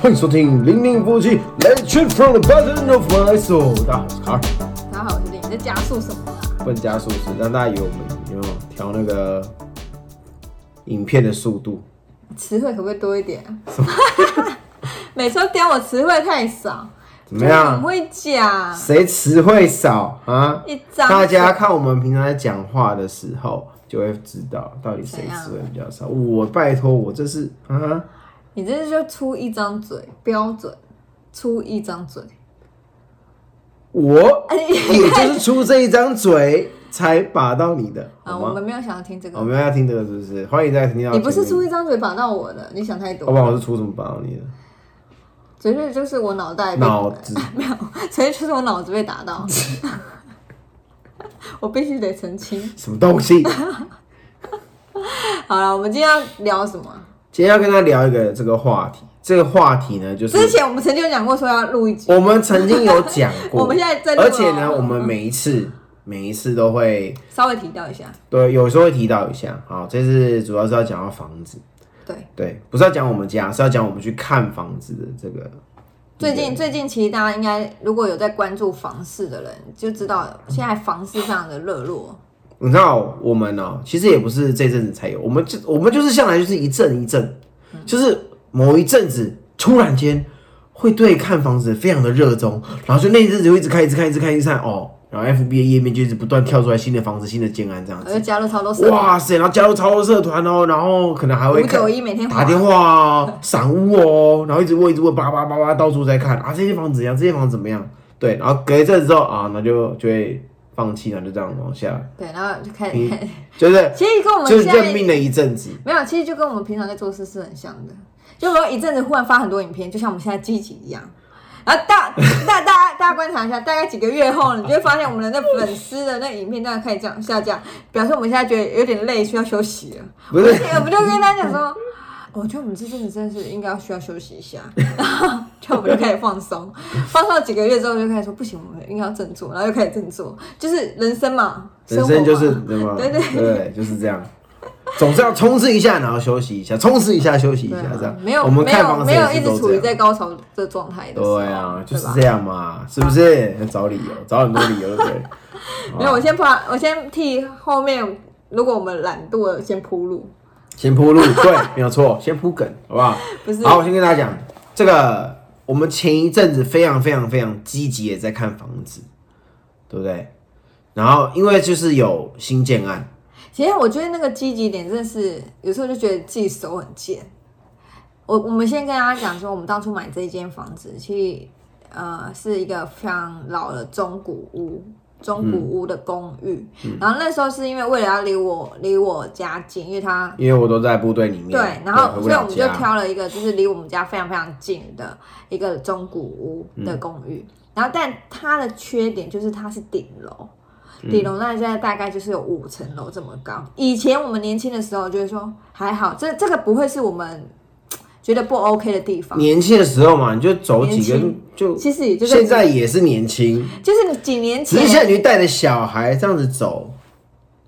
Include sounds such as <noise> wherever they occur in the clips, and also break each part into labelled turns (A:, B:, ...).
A: 欢迎收听《零零夫妻 Let's shoot from the bottom of my soul》。大家好，我是卡尔。
B: 大家好，我是林。你在加速什么啊？
A: 不能加速时，让大家以为我们有没有调那个影片的速度？
B: 词汇可不可以多一点、啊？每次都刁我词汇太少，
A: 怎么样
B: 我很会讲，
A: 谁词汇少啊？
B: 一张
A: 大家看我们平常在讲话的时候，就会知道到底谁
B: 怎样
A: 词汇比较少。我拜托，我这是啊，
B: 你这是就出一张嘴，标准出一张 <laughs> 嘴。
A: 我
B: 你
A: 也就是出这一张嘴才把到你的，
B: 啊，
A: 好
B: 我
A: 吗
B: 们？没有想要听这
A: 我
B: 个。
A: 们要听这个是不是？欢迎大家听到前面。哦
B: 你不是出一张嘴绑到我的，你想太
A: 要不
B: 多。
A: 然我是出什么帮你的？
B: 纯粹就是我脑袋被
A: 脑
B: <laughs>
A: 子
B: 没有，纯粹就是我脑子被打到。 <laughs> 我必须得澄清。
A: 什么东西？ <laughs>
B: 好了，我们今天要聊什么？
A: 今天要跟他聊一个这个话题，这个话题呢，就是
B: 之前我们曾经有讲过说要录一集，
A: 我们曾经有讲过，
B: <laughs> 我们现在在录哦
A: 而且呢，我们每一次每一次都会
B: 稍微提到一下。
A: 对，有时候会提到一下。好，这次主要是要讲到房子，
B: 对，
A: 对，不是要讲我们家，是要讲我们去看房子的这个。
B: 最近最近其实大家应该如果有在关注房市的人，就知道现在房市非常的热络。
A: 你知道我们哦、其实也不是这阵子才有，我们就我们就是向来就是一阵一阵，就是某一阵子突然间会对看房子非常的热衷，然后就那一阵子就一直看，一直看，一直看，一直看哦，然后 FB 的页面就一直不断跳出来新的房子、新的建案这样
B: 我就
A: 子，
B: 加入超多社团，
A: 哇塞，然后加入超多社团哦，然后可能还会
B: 五
A: 看
B: 九一每天啊
A: 打电话哦，赏屋哦，然后一直问一直问，叭叭叭叭，到处在看啊，这些房子怎样，这些房子怎么样？对，然后隔一阵子之后啊，那就就会放弃，然后就这样往下，
B: 对，然后就开
A: 嗯
B: 始。
A: 就是
B: <laughs> 其实跟我们
A: 就
B: 现
A: 认
B: 在
A: 命了一阵
B: <laughs>
A: 子。
B: 没有，其实就跟我们平常在做事是很像的。就我一阵子忽然发很多影片，就像我们现在积极一样。然后大 <laughs> 大大家大家观察一下，大概几个月后，你就会发现我们的那粉丝的那影片大概开始降下降，表示我们现在觉得有点累，需要休息了。
A: 不是
B: 而且我们就跟大家讲说，我觉得我们这阵子真的是应该要需要休息一下，然后就我们就开始放松，放松了几个月之后就开始说不行，我们应该要振作，然后就开始振作，就是人生嘛，
A: 人
B: 生活
A: 生就是
B: 嘛
A: 对吗？
B: 对对
A: 对，就是这样。总是要冲刺一下，然后休息一下，冲刺一下，休息一
B: 对
A: 下，
B: 啊
A: 这样。
B: 没有
A: 我们
B: 没
A: 看房
B: 有
A: 子
B: 没有
A: 也
B: 一
A: 是都
B: 直处
A: 这
B: 于
A: 样。
B: 在高潮的状态的时候，
A: 对啊，就是
B: 吧
A: 这样嘛，是不是？要找理由，找很多理由，对不对。
B: 没有，
A: 啊
B: 我先怕，我先替后面如果我们懒惰了先铺路，
A: 先铺路，对，没有错，先铺梗，好不好？
B: 不是
A: 好，我先跟大家讲，这个我们前一阵子非常非常非常积极的在看房子，对不对？然后因为就是有新建案，
B: 其实我觉得那个积极点真的是，有时候就觉得自己手很贱。我我们先跟大家讲说，我们当初买这一间房子，其实呃是一个非常老的中古屋，中古屋的公寓。然后那时候是因为为了要离我离我家近，因为它
A: 因为我都在部队里面，
B: 对，然
A: 回
B: 后
A: 不
B: 所以
A: 了
B: 我们就
A: 家
B: 挑了一个就是离我们家非常非常近的一个中古屋
A: 嗯
B: 的公寓，然后但它的缺点就是它是顶楼，
A: 嗯
B: 顶楼那现在大概就是有五层楼这么高。以前我们年轻的时候就会说还好，这这个不会是我们觉得不 OK 的地方，
A: 年轻的时候嘛，你就走几个
B: 年轻
A: 就，
B: 其实也就是哎
A: 现在也是年轻，
B: 就是你几年
A: 只是现
B: 前
A: 在你带着小孩这样子走，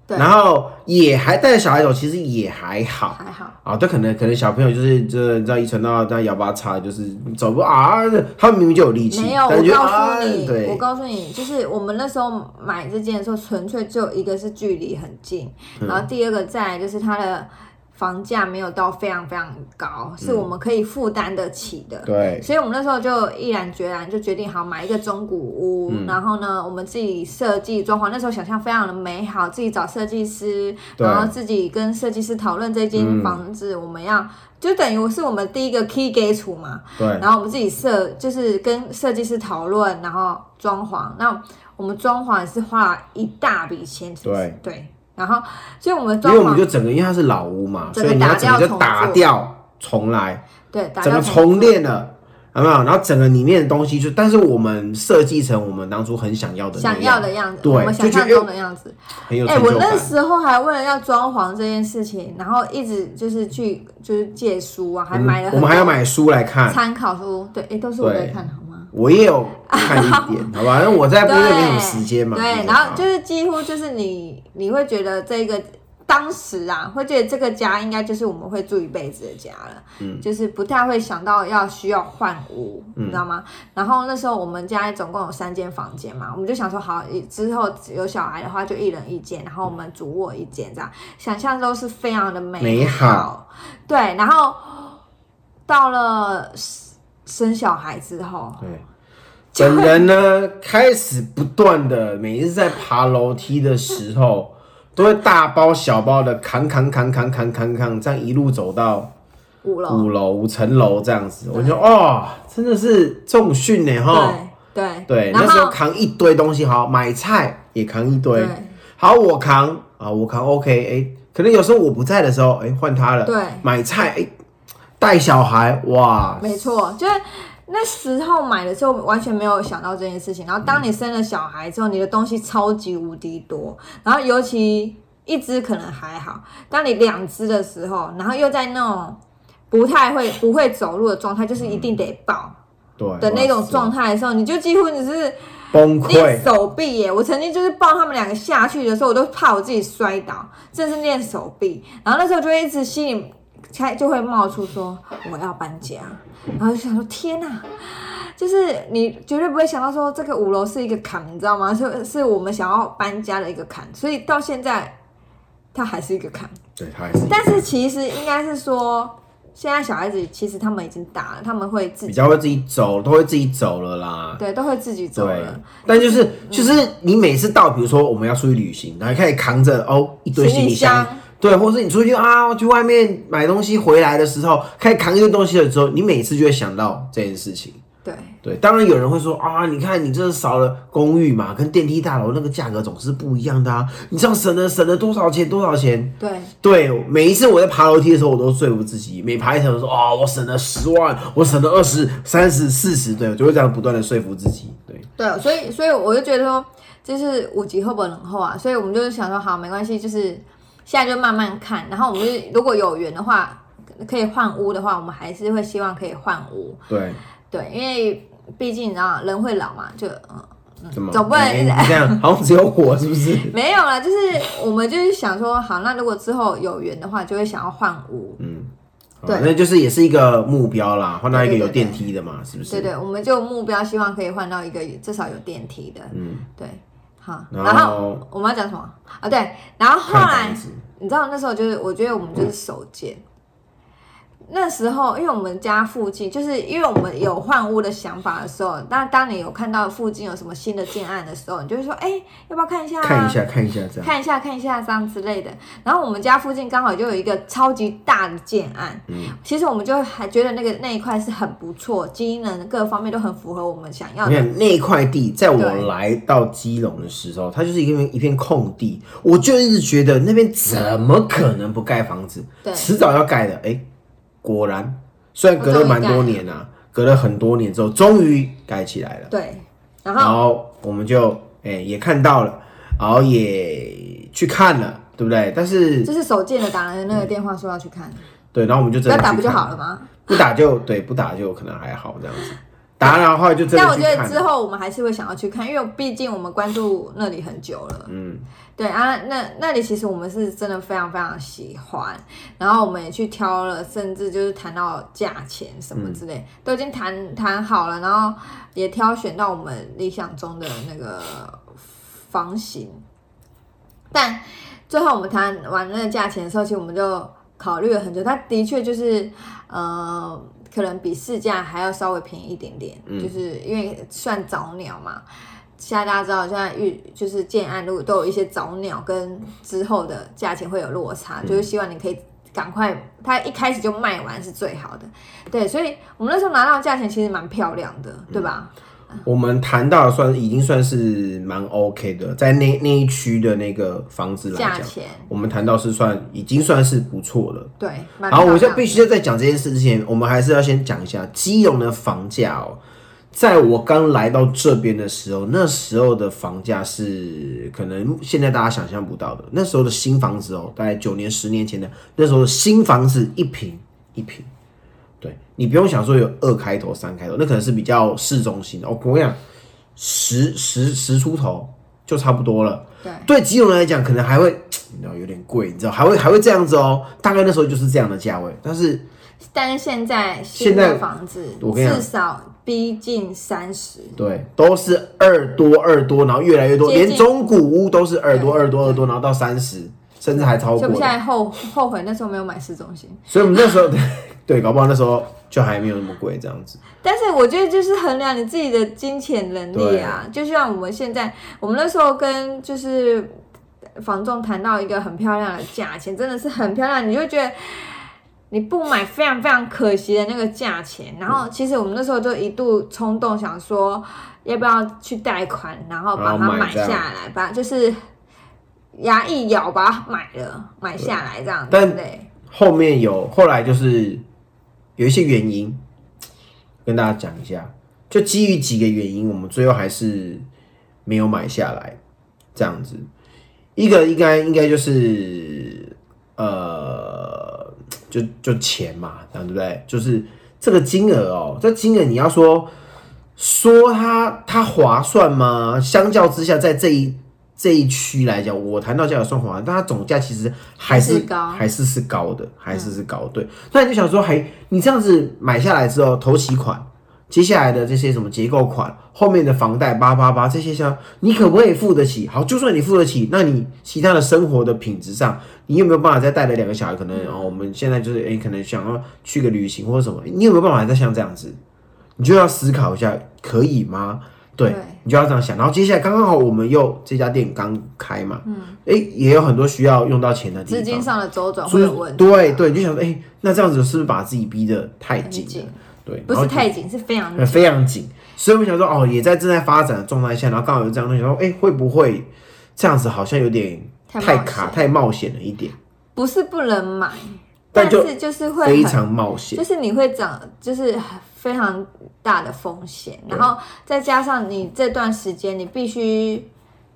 B: 对
A: 然后也还带着小孩走，其实也还好。
B: 还好，
A: 啊，对，可能可能小朋友就是这这样遗传到这样幺八叉，就是走不啊，他们明明就有力气，
B: 没有，我
A: 但
B: 告
A: 是
B: 诉
A: 就啊，
B: 你，我
A: 对，
B: 告诉你，就是我们那时候买这件的时候，纯粹就一个是距离很近，
A: 嗯
B: 然后第二个再来就是它的房价没有到非常非常高，是我们可以负担得起的。
A: 嗯对，
B: 所以我们那时候就毅然决然就决定好买一个中古屋，
A: 嗯
B: 然后呢，我们自己设计装潢，那时候想象非常的美好，自己找设计师，
A: 对嗯
B: 然后自己跟设计师讨论这间房子、我们要，就等于是我们第一个 key 给出嘛，
A: 对
B: 然后我们自己设就是跟设计师讨论，然后装潢，那我们装潢也是花了一大笔钱，
A: 对
B: 对，然后所以我们
A: 因
B: 装
A: 为我们
B: 潢
A: 就整个，因为它是老屋嘛，
B: 整
A: 所
B: 个
A: 以你要
B: 打
A: 整
B: 掉
A: 个就
B: 重
A: 打
B: 做
A: 掉重来，
B: 对打
A: 整
B: 掉
A: 个重练了，有没有？然后整个里面的东西就，但是我们设计成我们当初很想要的那
B: 想要
A: 样，
B: 的样子，
A: 对
B: 我们想
A: 就觉
B: 象
A: 得
B: 中的样子。
A: 很有
B: 哎、
A: 成
B: 我
A: 就感
B: 那。时候还为了要装潢这件事情，然后一直就是去就是借书啊，还买了
A: 嗯我
B: 很
A: 们
B: 多
A: 还要买书来看，
B: 参考书，对，哎、都是我
A: 对
B: 在看，好吗？
A: 我也有看一
B: <laughs>
A: 点，好吧？因为我在部队没什么时间嘛。
B: 对，
A: 你知道
B: 然
A: 吗
B: 后就是几乎就是你你会觉得这个当时啊，会觉得这个家应该就是我们会住一辈子的家了，嗯，就是不太会想到要需要换屋，
A: 嗯
B: 你知道吗？然后那时候我们家总共有三间房间嘛，我们就想说好，之后有小孩的话就一人一间，然后我们主卧一间这样，想象都是非常的美
A: 美好
B: 对，然后到了生小孩之后，
A: 对，本人呢开始不断的，每一次在爬楼梯的时候，都会大包小包的扛扛扛扛扛扛扛，这样一路走到
B: 五楼，
A: 五楼五层楼这样子，我就哦，真的是重训呢哈。
B: 对
A: 哦对，
B: 然
A: 那时候
B: 后
A: 扛一堆东西，好买菜也扛一堆
B: 对，
A: 好我扛啊，我扛 OK，哎、可能有时候我不在的时候，哎、换他了，
B: 对
A: 买菜，哎、带小孩，哇，
B: 没错，就是那时候买的时候完全没有想到这件事情。然后当
A: 嗯
B: 你生了小孩之后，你的东西超级无敌多，然后尤其一只可能还好，当你两只的时候，然后又在那种不太会不会走路的状态，就是一定得抱
A: 对
B: 的那种状
A: 态，
B: 态的时候，你就几乎你是
A: 崩
B: 练
A: 溃，
B: 手臂耶！我曾经就是抱他们两个下去的时候，我都怕我自己摔倒，真是练手臂。然后那时候就会一直心里开就会冒出说我要搬家，然后就想说天哪、就是你绝对不会想到说这个五楼是一个坎，你知道吗？是是我们想要搬家的一个坎，所以到现在它还是一个坎。
A: 对他也是
B: 但是其实应该是说，现在小孩子其实他们已经大了，他们会自
A: 比
B: 己
A: 较会自己走，都会自己走了啦。
B: 对都会自己走
A: 对
B: 了。，
A: 但就是就是你每次到，比如说我们要出去旅行，然后开始扛着哦一堆
B: 行
A: 行
B: 李
A: 李箱
B: 箱，
A: 对，或是你出去啊去外面买东西回来的时候，开始扛一堆东西的时候，你每次就会想到这件事情。
B: 对
A: 对，当然有人会说啊，你看你这少了公寓嘛，跟电梯大楼那个价格总是不一样的啊，你这样省了省了多少钱多少钱？
B: 对。
A: 对，每一次我在爬楼梯的时候，我都说服自己，每爬一层我说啊、我省了十万，我省了二十、三十、四十，对，我就会这样不断的说服自己，对，
B: 对，所以所以我就觉得说，就是五级后本冷后啊，所以我们就是想说，好，没关系，就是现在就慢慢看，然后我
A: <laughs>
B: 们就是如果有缘的话，可以换屋的话，我们还是会希望可以换屋，
A: 对，
B: 对，因为毕竟你知道人会老嘛，就嗯
A: 怎么？
B: 总不能
A: 哎你这样好像只有我是不是？
B: 没有啦，就是我们就是想说，好，那如果之后有缘的话，就会想要换屋，
A: 好
B: 对
A: 哦那就是也是一个目标啦，换到一个
B: 对对
A: 有
B: 对对
A: 电梯的嘛，是不是？
B: 对对，我们就目标希望可以换到一个至少有电梯的，
A: 嗯，
B: 对，好，
A: 然
B: 然
A: 后
B: 后我们要讲什么啊？对，然后后
A: 看
B: 来
A: 房。子，
B: 你知道那时候就是，我觉得我们就是手贱。那时候，因为我们家附近，就是因为我们有换屋的想法的时候，那当你有看到附近有什么新的建案的时候，你就会说，哎、要不要看一下、啊？
A: 看一下看一下这样，
B: 看一下，看一下这样之类的。然后我们家附近刚好就有一个超级大的建案，
A: 嗯
B: 其实我们就还觉得那个那一块是很不错，机能各方面都很符合我们想要
A: 你
B: 的。
A: 看那一块地，在我
B: 嗯对
A: 来到基隆的时候，它就是一片一片空地，我就一直觉得那边怎么可能不盖房子？
B: 对
A: 迟早要盖的。哎、果然，虽然隔了蛮多年啊，隔了很多年之后，终于盖起来了。
B: 对，然
A: 然
B: 后
A: 后我们就哎、也看到了，然后也去看了，对不对？但是
B: 就是手贱的打了那个电话说要去看，
A: 对，然后我们就
B: 不
A: 真
B: 要
A: 的去
B: 打不就
A: 看
B: 好了？吗？
A: 不打就对，不打就可能还好这样子。打然后后来就真
B: 但
A: 的
B: 我
A: 去
B: 觉
A: 看了。
B: 得之后我们还是会想要去看，因为毕竟我们关注那里很久了。
A: 嗯，
B: 对啊，那那里其实我们是真的非常非常喜欢，然后我们也去挑了，甚至就是谈到价钱什么之类，都已经谈谈好了，然后也挑选到我们理想中的那个房型。但最后我们谈完那个价钱的时候，其实我们就考虑了很久，它的确就是呃，可能比市价还要稍微便宜一点点，就是因为算早鸟嘛。现在大家知道，现在预就是建案，如果都有一些早鸟跟之后的价钱会有落差，
A: 嗯
B: 就是希望你可以赶快，它一开始就卖完是最好的。对，所以我们那时候拿到的价钱其实蛮漂亮的，对吧？
A: 我们谈到的算已经算是蛮 OK 的，在那那一区的那个房子来
B: 价
A: 讲，
B: 钱
A: 我们谈到是算已经算是不错了。
B: 对，蛮
A: 好，我
B: 漂
A: 就
B: 亮
A: 必须要在讲这件事之前，我们还是要先讲一下基隆的房价哦。在我刚来到这边的时候，那时候的房价是可能现在大家想象不到的。那时候的新房子哦，大概九年、十年前的那时候的新房子，一平一平。对你不用想说有二开头、三开头，那可能是比较市中心的。哦、我跟你讲，十十十出头就差不多了。
B: 对，
A: 对基隆人来讲，可能还会你知道有点贵，你知道还会还会这样子哦、大概那时候就是这样的价位，但是
B: 但是现在
A: 现
B: 新
A: 在
B: 的房子
A: 我跟你讲
B: 至少逼近三十，
A: 对都是二多二多，然后越来越多，
B: 接近
A: 连中古屋都是二多
B: 对
A: 二多二多，然后到三十，甚至还超
B: 所以
A: 过
B: 我们
A: 的
B: 现。在后后悔那时候没有买市中心。
A: 所以我们那时候 <laughs> 对，搞不好那时候就还没有那么贵这样子。
B: 但是我觉得就是衡量你自己的金钱能力啊，就像我们现在，我们那时候跟就是房仲谈到一个很漂亮的价钱，真的是很漂亮，你就会觉得。你不买非常非常可惜的那个价钱，然后其实我们那时候就一度冲动想说，要不要去贷款，然后把
A: 然后
B: 它
A: 买
B: 买
A: 这样
B: 下来，把就是牙一咬把它买了，买下来这样子，
A: 但
B: 对。
A: 后面有后来就是有一些原因，跟大家讲一下。就基于几个原因，我们最后还是没有买下来，这样子。一个应该应该就是呃，就就钱嘛，这样对不对？就是这个金额哦，这金额你要说说它它划算吗？相较之下，在这一这一区来讲，我谈到价格算划算，但它总价其实还是
B: 还是高嗯
A: 还是是高的，还是是高。对，那你就想说，还你这样子买下来之后，头期款。接下来的这些什么结构款，后面的房贷八八八这些像你可不可以付得起？好，就算你付得起，那你其他的生活的品质上，你有没有办法再带着两个小孩？可能、哦、我们现在就是诶、可能想要去个旅行或者什么，你有没有办法再像这样子？你就要思考一下，可以吗？对
B: 对，
A: 你就要这样想。然后接下来刚刚好我们又这家店刚开嘛，嗯，诶、也有很多需要用到钱的地
B: 资
A: 方，
B: 金上的周转
A: 所
B: 会
A: 以
B: 有问题，
A: 对对，你就想说，诶、那这样子是不是把自己逼得太
B: 很
A: 紧了？
B: 紧，
A: 对，
B: 不
A: 然后
B: 是太紧，是非常
A: 呃非常紧，所以我们想说，哦，也在正在发展的状态下，然后刚好有这样东西，然后哎、会不会这样子好像有点
B: 太
A: 太
B: 冒
A: 卡、
B: 险
A: 太冒险了一点，
B: 不是不能买，
A: 但就是
B: 啊就是会
A: 非
B: 很
A: 常冒险
B: 就。是你会长，就是非常大的风险，然后再加上你这段时间你必须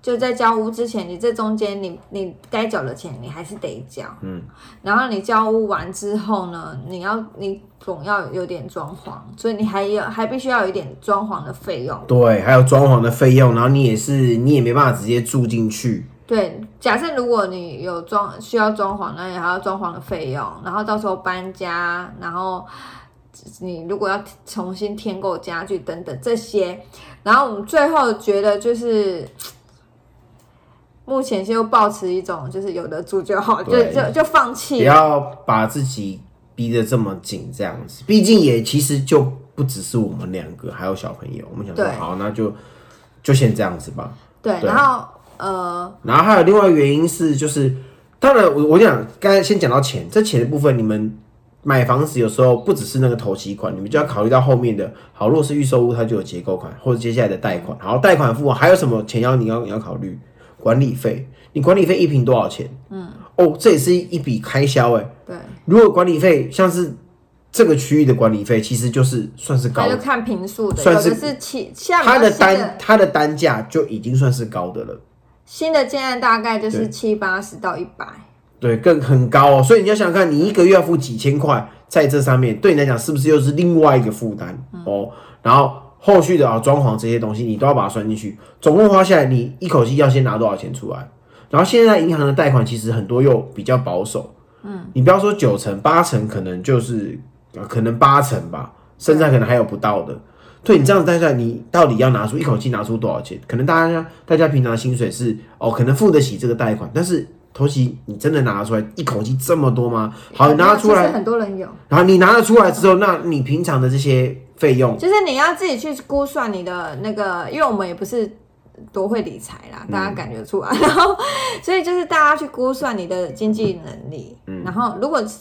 B: 就在交屋之前，你这中间你你该缴的钱你还是得交，嗯，然后你交屋完之后呢，你要你总要有点装潢，所以你还有还必须要有一点装潢的费用。
A: 对，还有装潢的费用，然后你也是你也没办法直接住进去，
B: 对，假设如果你有装需要装潢，那你还要装潢的费用，然后到时候搬家，然后你如果要重新添购家具等等这些，然后我们最后觉得就是。目前就抱持一种就是有的住就好，就
A: 对
B: 就就放
A: 不
B: 弃了。
A: 要把自己逼得这么紧，这样子，毕竟也其实就不只是我们两个，还有小朋友，我们想说，
B: 对
A: 好，那就就先这样子吧。
B: 对，
A: 对
B: 然后呃，
A: 然后还有另外一个原因是，就是当然我我讲刚才先讲到钱，这钱的部分你们买房子有时候不只是那个头期款，你们就要考虑到后面的。好，如果是预售屋，它就有结构款，或者接下来的贷款。好，贷款付完还有什么钱要你要你要考虑？管理费，你管理费一平多少钱？嗯，哦，这也是一笔开销哎。
B: 对，
A: 如果管理费像是这个区域的管理费，其实就是算是高
B: 那
A: 的
B: 就，看平数的，有
A: 算
B: 的
A: 是
B: 是起，像
A: 它
B: 比
A: 的
B: 较新
A: 单它的单价就已经算是高的了。
B: 新的建案大概就是
A: 对
B: 七八十到一百，
A: 对，更很高哦。所以你要想想看，你一个月要付几千块在这上面，对你来讲是不是又是另外一个负担、哦？然后后续的啊装潢这些东西，你都要把它算进去，总共花下来，你一口气要先拿多少钱出来？然后现在银行的贷款其实很多又比较保守，嗯，你不要说九成八成，可能就是呃可能八成吧，甚至可能还有不到的。对你这样子贷下来，你到底要拿出一口气拿出多少钱？可能大家大家平常薪水是哦，可能付得起这个贷款，但是头期你真的拿得出来一口气这么多吗？好，你拿得出
B: 哎其
A: 来
B: 实，很多人有。
A: 然后你拿得出来之后，那你平常的这些费用，
B: 就是你要自己去估算你的那个，因为我们也不是多会理财啦，
A: 嗯
B: 大家感觉出来， <laughs> 然后所以就是大家去估算你的经济能力，
A: 嗯
B: 然后如果是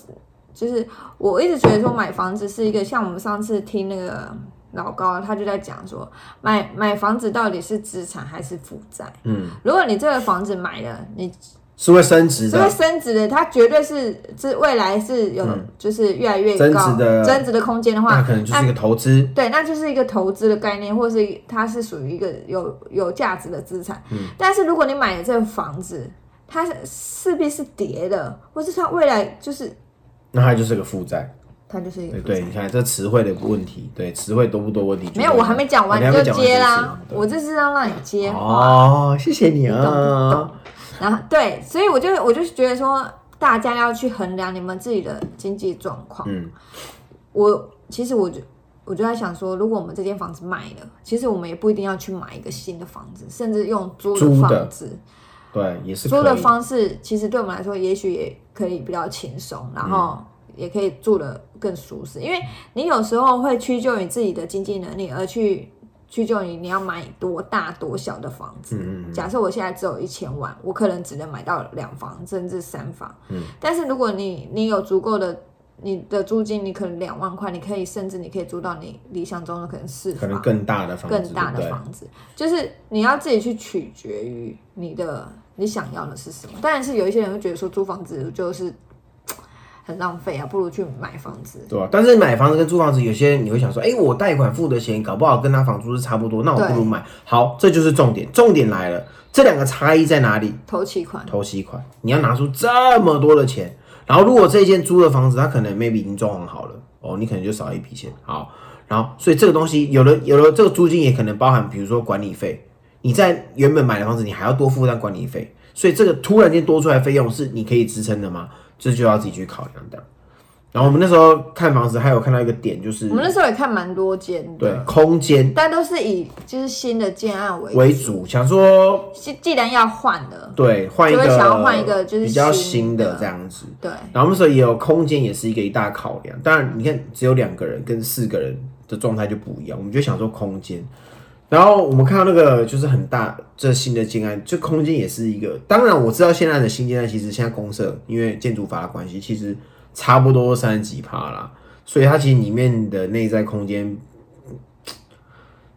B: 就是我一直觉得说买房子是一个像我们上次听那个老高他就在讲说买买房子到底是资产还是负债，
A: 嗯，
B: 如果你这个房子买了，你
A: 是会升值
B: 这个
A: 的，
B: 升值的，它绝对是是未来是有就是越来越
A: 嗯增值
B: 高
A: 的
B: 增值的空间的话，
A: 那可能就是一个投资。
B: 对，那就是一个投资的概念，或是它是属于一个有有价值的资产。
A: 嗯
B: 但是如果你买了这个房子，它是势必是跌的，或是它未来就是
A: 那它就是个负债。
B: 它就是一个
A: 对哎
B: 负
A: 对，你看这词汇的问题，对词汇多不多问题？
B: 没有，我还没讲完
A: 哦你还
B: 你
A: 没
B: 就
A: 讲完
B: 接
A: 这个词
B: 啦
A: 啊。对
B: 我这是要让你接话，
A: 哦，谢谢你
B: 你懂不懂
A: 啊。？
B: <laughs> 然后对，所以我就我就是觉得说，大家要去衡量你们自己的经济状况。
A: 嗯，
B: 我其实我就我就在想说，如果我们这间房子卖了，其实我们也不一定要去买一个新的房子，甚至用租
A: 租
B: 的
A: 的
B: 房子。
A: 对，也是
B: 租
A: 可
B: 的
A: 以。
B: 方式其实对我们来说，也许也可以比较轻松，然后
A: 嗯
B: 也可以住的更舒适。因为你有时候会屈就你自己的经济能力，而去屈就你你要买多大多小的房子。
A: 嗯嗯嗯，
B: 假设我现在只有一千万，我可能只能买到两房甚至三房。
A: 嗯，
B: 但是如果你你有足够的你的租金，你可能两万块，你可以甚至你可以租到你理想中的可能四
A: 可能
B: 房。
A: 更大的房子，
B: 更大的
A: 对不对
B: 房子，就是你要自己去取决于你的你想要的是什么。当然是有一些人会觉得说租房子就是很浪费啊，不如去买房子。
A: 对吧、啊但是买房子跟租房子，有些人你会想说，哎、我贷款付的钱，搞不好跟他房租是差不多，那我不如
B: 对
A: 买。好，这就是重点，重点来了，这两个差异在哪里？
B: 投期款，
A: 头期款，你要拿出这么多的钱，然后如果这间租的房子，它可能 maybe 已经装潢好了，哦，你可能就少一笔钱。好，然后所以这个东西有了有了这个租金，也可能包含比如说管理费，你在原本买的房子，你还要多负担管理费，所以这个突然间多出来的费用是你可以支撑的吗？这就要自己去考量的。然后我们那时候看房子，还有看到一个点就是
B: 我，们那时候也看蛮多间
A: 对
B: 的，
A: 空间
B: 但都是以就是新的建案为
A: 为主，想说
B: 既既然要换了，
A: 对换一个
B: 就会想要换一个就是
A: 比较
B: 新
A: 新的
B: 的
A: 这样子。
B: 对，
A: 然后那时候也有空间，也是一个一大考量。当然，你看只有两个人跟四个人的状态就不一样，我们就想说空间。然后我们看到那个就是很大，这新的建案，这空间也是一个。当然我知道现在的新建案其实现在公社因为建筑法的关系，其实差不多三十几趴啦，所以它其实里面的内在空间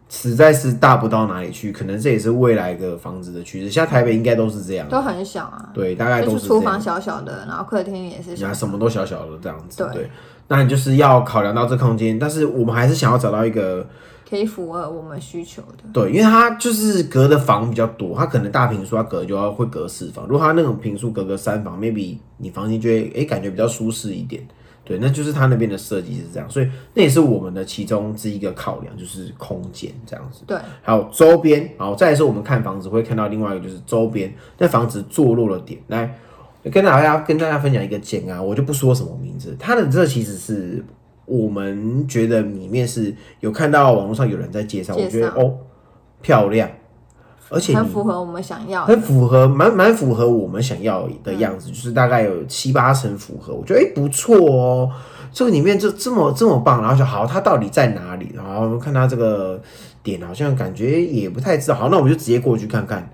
A: 实在是大不到哪里去。可能这也是未来的房子的趋势，现在台北应该都是这样，
B: 都很小啊，
A: 对，大概都
B: 就是是
A: 这
B: 厨
A: 样
B: 房。小小的，然后客厅也是小
A: 然后，什么都小小的这样子，
B: 对
A: 对。那你就是要考量到这空间，但是我们还是想要找到一个
B: 可以符合我们需求的。
A: 对，因为它就是隔的房比较多，它可能大平数它隔就要会隔四房，如果它那种平数隔个三房，maybe 你房间就会诶、感觉比较舒适一点，对，那就是它那边的设计是这样，所以那也是我们的其中之一个考量，就是空间这样子。
B: 对，
A: 还有周边，好，再来是我们看房子会看到另外一个就是周边那房子坐落的点。来，跟大家跟大家分享一个简啊，我就不说什么名字，它的这其实是我们觉得里面是有看到网络上有人在介绍，
B: 介
A: 我觉得
B: 绍
A: 哦漂亮，而且
B: 很
A: 你
B: 符合我们想要的。嗯
A: 很符合，蛮蛮符合我们想要的样子，嗯就是大概有七八成符合，我觉得哎、诶不错哦，这个里面就这么这么棒，然后就好，它到底在哪里？然后看它这个点好像感觉也不太知道，好，那我们就直接过去看看。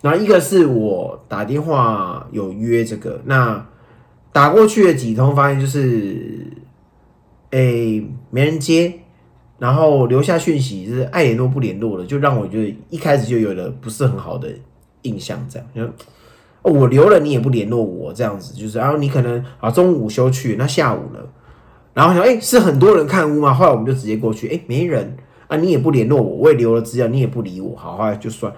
A: 然后一个是我打电话有约这个，那打过去的几通发现就是，哎、没人接，然后留下讯息，就是爱联络不联络了，就让我觉得一开始就有了不是很好的印象，这样就。哦我留了你也不联络我，这样子就是，然后你可能啊中午午休去，那下午呢？然后想，哎、是很多人看屋吗？后来我们就直接过去，哎、没人啊，你也不联络我，我也留了资料，你也不理我，好，后来就算。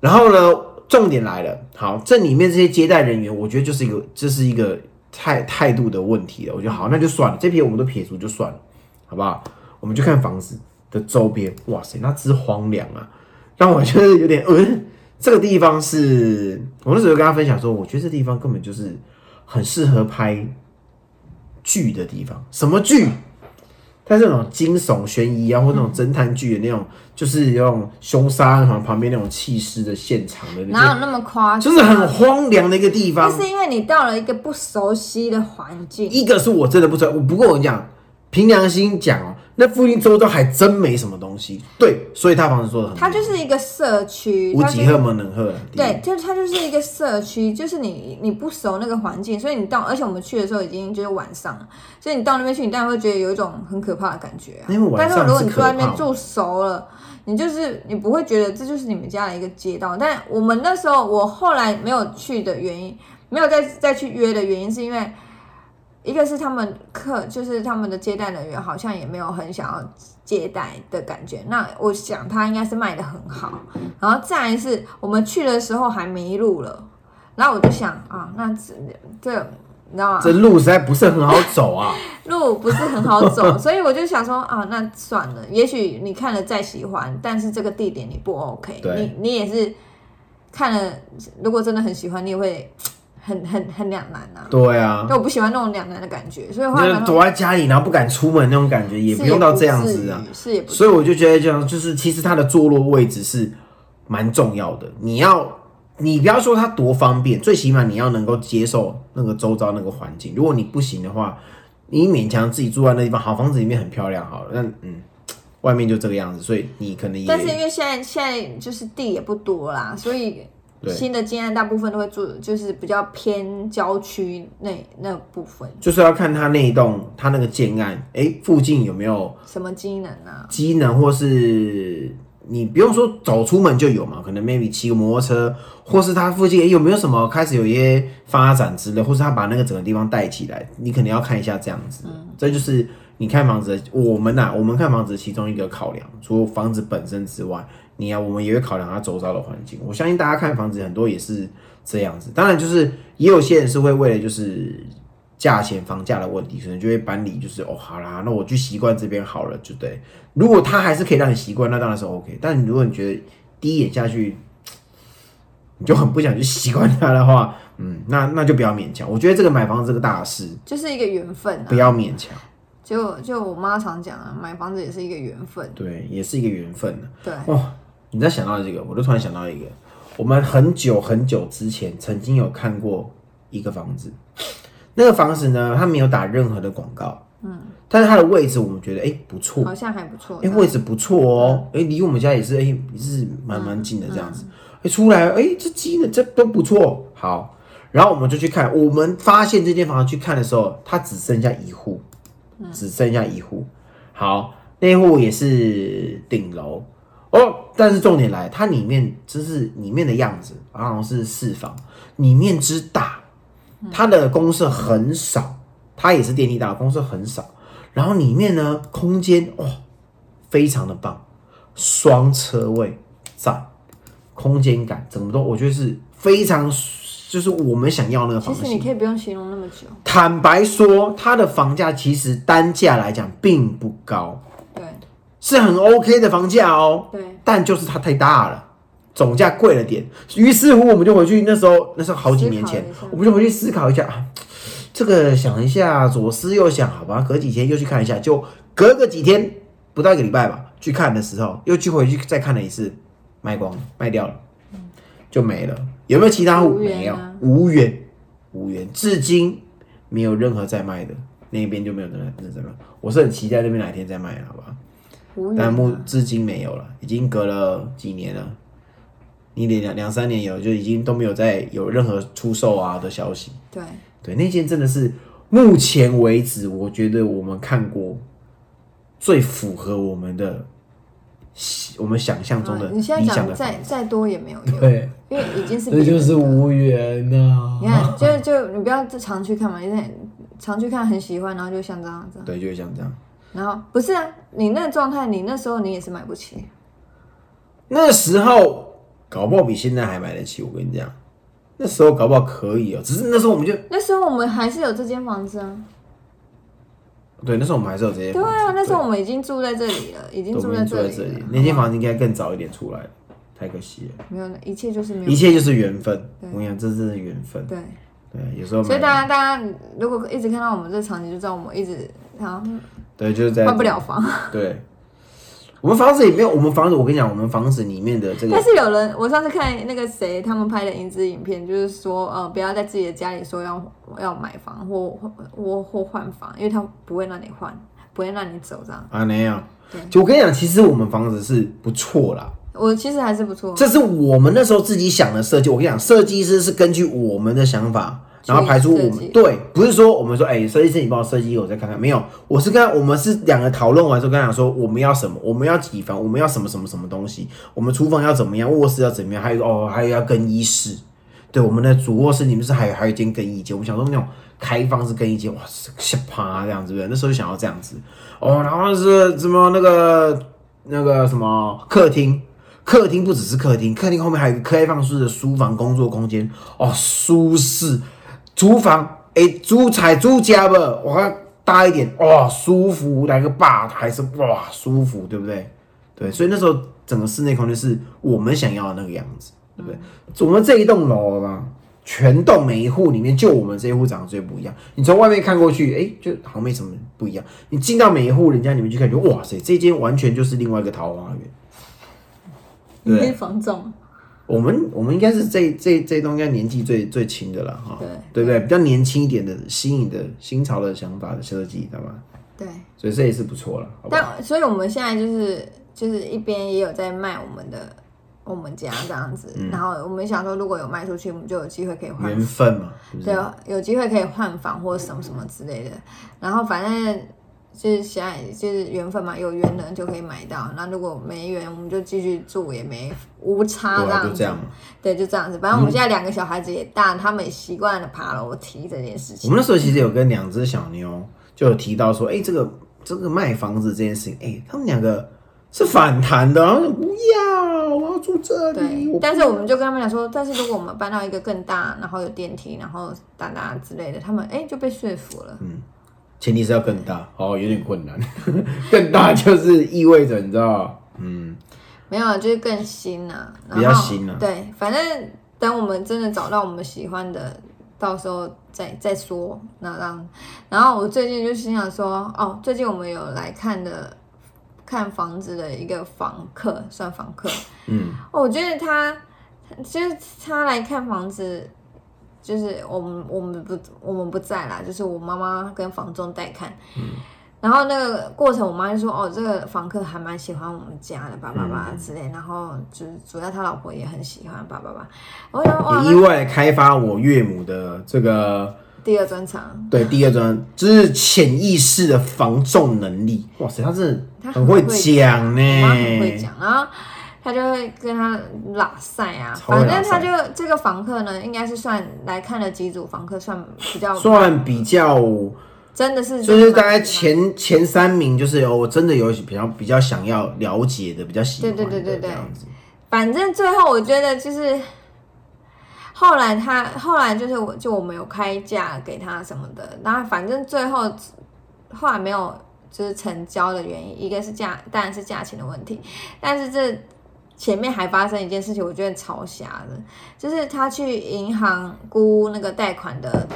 A: 然后呢，重点来了，好，这里面这些接待人员，我觉得就是一个，这是一个态态度的问题了。我觉得好，那就算了，这篇我们都撇除就算了，好不好？我们就看房子的周边，哇塞，那之荒凉啊，让我觉得有点，嗯、这个地方是我那时候就跟他分享说，我觉得这地方根本就是很适合拍剧的地方，什么剧？它是那种惊悚悬疑啊，或那种侦探剧的那种，就是有那种凶杀案，好像旁边那种弃尸的现场的那
B: 哪
A: 种，
B: 有那么夸张？啊
A: 就是很荒凉的一个地
B: 那
A: 方。
B: 是因为你到了一个不熟悉的环境，
A: 一个是我真的不知道，我不过我跟你讲，凭良心讲哦、那附近周遭还真没什么东西。对，所以他房子做的很好，
B: 它就是一个社区，
A: 无
B: 它
A: 极
B: 就
A: 赫门能赫的地方
B: 对，就是它就是一个社区，就是你你不熟那个环境，所以你到，而且我们去的时候已经就是晚上了，所以你到那边去，你当然会觉得有一种很可怕的感觉、啊。
A: 因为晚
B: 但是
A: 上
B: 如果
A: 是
B: 你
A: 可
B: 住在那
A: 怕
B: 边
A: 的
B: 住熟了，你就是你不会觉得这就是你们家的一个街道。但我们那时候我后来没有去的原因，没有再再去约的原因，是因为一个是他们客，就是他们的接待人员好像也没有很想要接待的感觉。那我想他应该是卖的很好，然后再来是我们去的时候还迷路了，然后我就想啊，那这这你知道吗？
A: 这路实在不是很好走
B: <laughs>
A: 啊。
B: 路不是很好
A: <laughs>
B: 走，所以我就想说啊，那算了。也许你看了再喜欢，但是这个地点你不 OK，
A: 对
B: 你你也是看了，如果真的很喜欢，你也会很很很两难啊。
A: 对啊，
B: 就我不喜欢那种两难的感觉，所以后来
A: 就是
B: 想说
A: 躲在家里，然后不敢出门那种感觉，也不用到这样子啊。，
B: 是也不至于是
A: 所以我就觉得这样，就是其实它的坐落位置是蛮重要的。你要，你不要说它多方便，最起码你要能够接受那个周遭那个环境。如果你不行的话，你勉强自己住在那地方，好房子里面很漂亮，好了，那嗯，外面就这个样子，所以你可能
B: 也不
A: 也
B: 但是因为现在现在就是地也不多啦，所以
A: 对
B: 新的建案大部分都会住，就是比较偏郊区那那部分，
A: 就是要看它那一栋它那个建案，哎、附近有没有
B: 什么机能啊，
A: 机能，或是你不用说走出门就有嘛，可能 maybe 骑个摩托车，或是它附近、诶有没有什么开始有一些发展之类，或是它把那个整个地方带起来，你可能要看一下这样子。这就是你看房子的，我们呐、我们看房子的其中一个考量，除了房子本身之外，你呀、我们也会考量它周遭的环境。我相信大家看房子很多也是这样子，当然就是也有些人是会为了就是。价钱、房价的问题，可能就会搬离，就是哦，好啦，那我去习惯这边好了，就对。如果他还是可以让你习惯，那当然是 OK。但如果你觉得第一眼下去，你就很不想去习惯它的话，嗯，那那就不要勉强。我觉得这个买房子这个大事，
B: 就是一个缘分啊
A: 不。要勉强，
B: 就就我妈常讲啊，买房子也是一个缘分，
A: 对，也是一个缘分啊
B: 对，
A: 哦，你再想到这个，我就突然想到一个，我们很久很久之前曾经有看过一个房子，那个房子呢，它没有打任何的广告，嗯，但是它的位置我们觉得哎、不错，
B: 好像还不错
A: 哎、。位置不错哦、哎、离我们家也是，哎、也是蛮蛮近的这样子。哎、出来，哎、这鸡呢，这都不错，好。然后我们就去看，我们发现这间房子去看的时候，它只剩下一户，只剩下一户。好，那户也是顶楼哦，但是重点来，它里面就是里面的样子，好像是四房，里面之大，它的公设很少，它也是电力大，公设很少。然后里面呢，空间哇、非常的棒，双车位赞，空间感怎么都，我觉得是非常就是我们想要那个
B: 其
A: 房
B: 实
A: 型。
B: 你可以不用形容那么久，
A: 坦白说，它的房价其实单价来讲并不高，
B: 对
A: 是很 OK 的房价哦，
B: 对，
A: 但就是它太大了。总价贵了点，于是乎我们就回去，那时候那时候好几年前
B: 思考一下，
A: 我们就回去思考一下啊，这个想一下，左思右想，好吧，隔几天又去看一下，就隔个几天，不到一个礼拜吧，去看的时候又去回去再看了一次，卖光了，卖掉了，就没了。有没有其他户？
B: 无缘
A: 没有
B: 啊，
A: 无缘，无缘，至今没有任何在卖的，那边就没有人在在卖。我是很期待那边哪一天再卖，好吧？
B: 无
A: 但
B: 缘
A: 目
B: 啊。
A: 至今没有了，已经隔了几年了，你得两两三年有，就已经都没有再有任何出售啊的消息。
B: 对，
A: 对，那件真的是目前为止，我觉得我们看过最符合我们的喜我们想象中的
B: 啊你
A: 理
B: 现在
A: 想
B: 讲
A: 的房
B: 再
A: 子。
B: 再多也没有
A: <laughs>
B: 用，
A: 对，
B: 因为已经是
A: 这就是
B: 别人的
A: 无缘呐、
B: 你看，就就你不要常去看嘛，因为常去看很喜欢，然后就像这样子，
A: <laughs> 对，就是像这样。
B: 然后不是啊，你那个状态，你那时候你也是买不起，
A: 那时候搞不好比现在还买得起，我跟你讲，那时候搞不好可以哦、只是那时候我们就
B: 那时候我们还是有这间房子啊，
A: 对，那时候我们还是有这些
B: 对
A: 房子。
B: 啊，那时候我们已经住在这里了，已经
A: 都
B: 住
A: 没
B: 在
A: 住在
B: 这
A: 这
B: 里
A: 里
B: 了，，
A: 那间
B: 好
A: 房子应该更早一点出来，太可惜了。
B: 不好没有，一切就是没有
A: 一切就是缘分，
B: 对
A: 我跟你讲，这真的是缘分。
B: 对。
A: 对，有时候
B: 所以
A: 买
B: 大家，大家如果一直看到我们这场景，就知道我们一直好像
A: 对就是在
B: 换不了房。
A: 对，我们房子里面，我们房子，我跟你讲，我们房子里面的这
B: <laughs> 但
A: 个，
B: 是有人，我上次看那个谁他们拍的影子影片，就是说，呃，不要在自己的家里说要要买房或或或换房，因为他不会让你换，不会让你走这样。
A: 啊那样
B: 对，
A: 就我跟你讲，其实我们房子是不错啦，
B: 我其实还是不错，
A: 这是我们那时候自己想的设计。我跟你讲，设计师是根据我们的想法，然后排出我
B: 去设计
A: 们对，不是说我们说，哎、设计师你帮我设计，我再看看。没有，我是跟他我们是两个讨论完之后，跟他讲说我们要什么，我们要几房，我们要什么什么什么东西，我们厨房要怎么样，卧室要怎么样，还有哦，还有要更衣室。对，我们的主卧室里面是还有还有一间更衣间，我们想说那种开放式更衣间，哇，吓趴这样子，对不对？那时候就想要这样子哦，然后是什么那个那个什么客厅，客厅不只是客厅，客厅后面还有一个开放式的书房工作空间，哦，舒适。厨房哎、猪踩猪家吧，我看大一点，哇，舒服，来个吧台是哇，舒服，对不对？对，所以那时候整个室内空间是我们想要的那个样子，对不对？我们这一栋楼吧，全栋每一户里面就我们这一户长得最不一样。你从外面看过去，哎、就好像没什么不一样。你进到每一户人家里面去看，就哇塞，这间完全就是另外一个桃花源。
B: 你
A: 对
B: 是房总，
A: 我们我们应该是这这这一栋应该年纪最最轻的了哈，
B: 对
A: 对不对？比较年轻一点的新颖的新潮的想法的设计，知道吗？
B: 对，
A: 所以这也是不错了，好不好？
B: 但所以我们现在就是就是一边也有在卖我们的我们家这样子，
A: 嗯
B: 然后我们想说如果有卖出去，我们就有机会可以换
A: 缘分嘛，是不是
B: 对，啊有机会可以换房或什么什么之类的。然后反正就是现在就是缘分嘛，有缘人就可以买到。那如果没缘，我们就继续住也没无差
A: 对啊，
B: 这样
A: 就这
B: 子。
A: 样嘛。
B: 对，就这样子。反正我们现在两个小孩子也大，他们也习惯了爬楼梯这件事
A: 我
B: 情。
A: 们那时候其实有跟两只小妞就有提到说，哎、这个这个卖房子这件事情，哎、他们两个是反弹的，然后就不要，我要住这里，
B: 对
A: 我，
B: 但是我们就跟他们讲说，但是如果我们搬到一个更大，然后有电梯，然后大大之类的，他们哎、就被说服了。
A: 嗯前提是要更大，哦，有点困难， <laughs> 更大就是意味着你知道，嗯，
B: 没有，就是更新啊，然后
A: 比较新啊
B: 对，反正等我们真的找到我们喜欢的，到时候再再说。那让，然后我最近就心想说，哦，最近我们有来看的看房子的一个房客，算房客。
A: 嗯，
B: 哦我觉得他就是他来看房子。就是我们我们不我们不在啦，就是我妈妈跟房仲带看，
A: 嗯
B: 然后那个过程，我妈就说：“哦，这个房客还蛮喜欢我们家的，叭叭
A: 嗯
B: 叭之类。”然后就是主要他老婆也很喜欢，叭叭叭。我就说：“哇，
A: 也意
B: 哦那
A: 外地开发我岳母的这个
B: 第二专场，
A: 对第二专，就是潜意识的防重能力，哇塞，他真的
B: 他
A: 很
B: 很
A: 会
B: 会
A: 讲呢，
B: 我妈很会
A: 哎
B: 讲。”然后他就会跟他拉塞啊，
A: 超会
B: 反
A: 拉
B: 正
A: 塞
B: 他就这个房客呢，应该是算来看了几组房客，算比较
A: 算比较
B: 真的是
A: 就是大概
B: 蛮喜欢
A: 前前三名，就是有我真的有比较比较想要了解的，比较喜欢的
B: 对对对对
A: 这
B: 对
A: 样子。
B: 反正最后我觉得就是，后来他后来就是我就我没有开价给他什么的，然后反正最后后来没有就是成交的原因，一个是价当然是价钱的问题，但是这前面还发生一件事情，我觉得超瞎的，就是他去银行估那个贷款的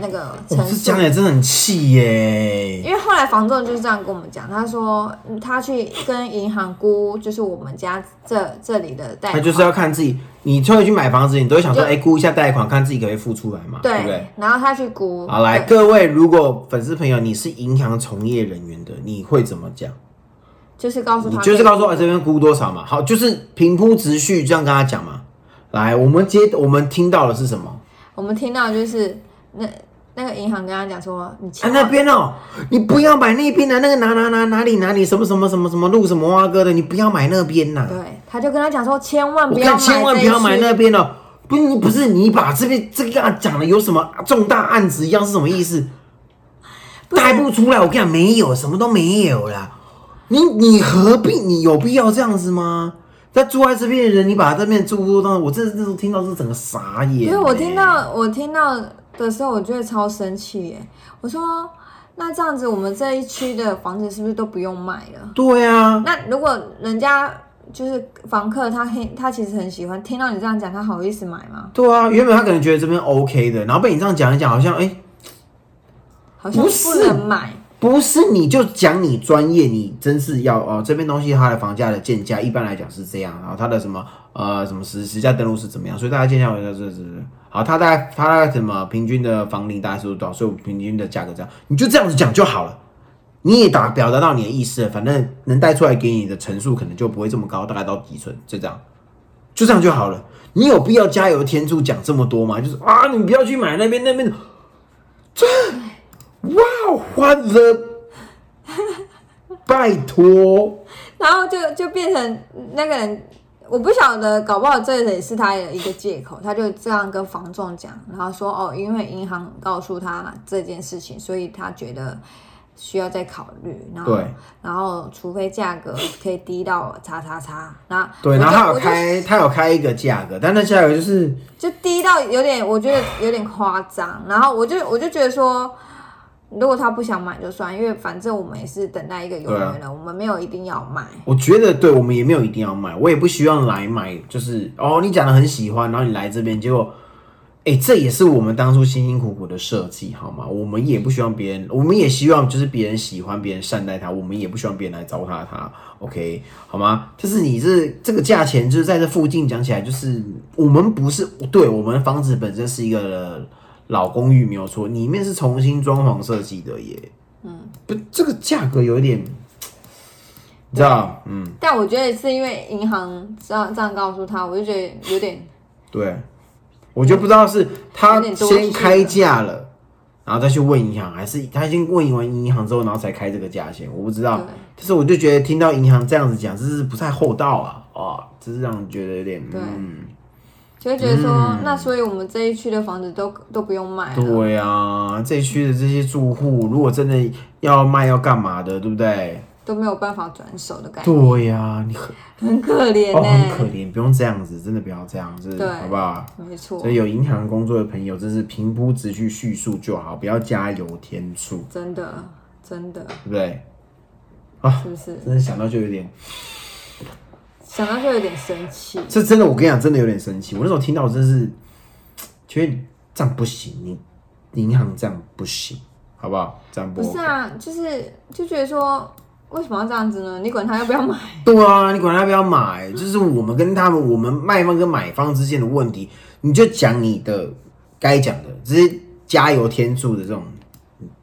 B: 那个
A: 哇，
B: 成
A: 哦这
B: 数
A: 讲起。来真的很气耶！
B: 因为后来房仲就是这样跟我们讲，他说嗯他去跟银行估，就是我们家这这里的
A: 他
B: 贷款，
A: 就是要看自己，你特意去买房子，你都会想说，
B: 就
A: 哎、估一下贷款，看自己可不可以付出来嘛，对
B: 对，
A: 不对？
B: 然后他去估，
A: 好，来
B: 对
A: 各位，如果粉丝朋友你是银行从业人员的，你会怎么讲？
B: 就是告诉
A: 你
B: 他，
A: 就是告诉我、哎这边估多少嘛，好，就是平铺直叙这样跟他讲嘛。来，我们接我们听到的是什么？
B: 我们听到就是那那个银行跟他讲说，你
A: 啊，
B: 千
A: 那
B: 万、
A: 边哦，你不要买那边的、啊那个哪哪哪哪里哪里什么什么什么什么路什么蛙哥的，你不要买那边呐、
B: 对，他就跟他讲说，千万
A: 我
B: 不要
A: 看
B: 买，
A: 千万不要买那，边哦。不，你不是你把这边这个啊讲的有什么重大案子一样是什么意思？
B: 不是
A: 带不出来，我跟你讲，没有，什么都没有啦。你你何必？你有必要这样子吗？在住在这边的人，你把这边住住到，我这那时候听到是整个傻眼、
B: 因
A: 欸。
B: 为我听到我听到的时候，我觉得超生气耶，我说那这样子，我们这一区的房子是不是都不用卖了？
A: 对啊，
B: 那如果人家就是房客他很他其实很喜欢，听到你这样讲，他好意思买吗？
A: 对啊，原本他可能觉得这边 OK 的，然后被你这样讲一讲，好像哎、
B: 好像
A: 不是
B: 能买，
A: 不是，你就讲你专业，你真是要哦。这边东西它的房价的建价，一般来讲是这样，然后它的什么呃什么实实价登录是怎呃么样，所以大家建价为是是是好，它大概它大概什么平均的房龄大概是多少，所以我平均的价格这样，你就这样子讲就好了。你也达表达到你的意思了，反正能带出来给你的层数可能就不会这么高，大概到几寸，就这样，就这样就好了。你有必要加油添醋讲这么多吗？就是啊，你不要去买那边那边的，这哇，what the，拜托，
B: 然后就就变成那个人，我不晓得，搞不好这也是他的一个借口，他就这样跟房仲讲，然后说哦，因为银行告诉他这件事情，所以他觉得需要再考虑，然后
A: 对
B: 然后除非价格可以低到叉叉叉，那
A: 对，
B: 我
A: 然后他
B: 就
A: 有
B: 我就
A: 开他有开一个价格，但那价格就是
B: 就低到有点，我觉得有点夸张。然后我就我就觉得说，如果他不想买就算，因为反正我们也是等待一个有缘人，
A: 啊
B: 我们没有一定要买。
A: 我觉得对我们也没有一定要买，我也不希望来买，就是哦，你讲的很喜欢，然后你来这边，结果，哎、这也是我们当初辛辛苦苦的设计，好吗？我们也不希望别人，我们也希望就是别人喜欢，别人善待他，我们也不希望别人来糟蹋他，OK，好吗？就是你这这个价钱，就是在这附近讲起来，就是我们不是对我们房子本身是一个老公寓，没有错，里面是重新装潢设计的耶，嗯，不，这个价格有点，你知道，嗯。
B: 但我觉得是因为银行这样这样告诉他，我就觉得有点
A: 对，我就不知道是他
B: 有点多
A: 先
B: 事
A: 开
B: 了
A: 价了，然后再去问银行，还是他已经问完银行之后，然后才开这个价钱，我不知道
B: 对。
A: 但是我就觉得听到银行这样子讲，这是不太厚道啊，哦，这是让人觉得有点，
B: 对
A: 嗯，
B: 就会觉得说，那所以我们这一区的房子都都不用买了。
A: 对啊，这一区的这些住户，如果真的要卖要干嘛的，对不对？
B: 都没有办法转手的感觉，
A: 对呀、你很
B: 很可怜欸
A: 哦
B: 呢、
A: 很可怜，不用这样子，真的不要这样子，
B: 对
A: 好不好？
B: 没错
A: 所，以有银行工作的朋友，真是平铺直叙叙述就好，不要加油添醋，
B: 真的真的
A: 对不对？啊
B: 是不是？
A: 真的想到就有点，
B: 想到就有点生气。
A: 这真的我跟你讲，真的有点生气。我那时候听到，我真是觉得这样不行，你银行这样不行，好不好？这样不
B: 不
A: OK
B: 是啊，就是就觉得说，为什么要这样子呢？你管他要不要买？
A: 对啊，你管他要不要买，就是我们跟他们，我们卖方跟买方之间的问题，你就讲你的该讲的，只是加油添醋的这种，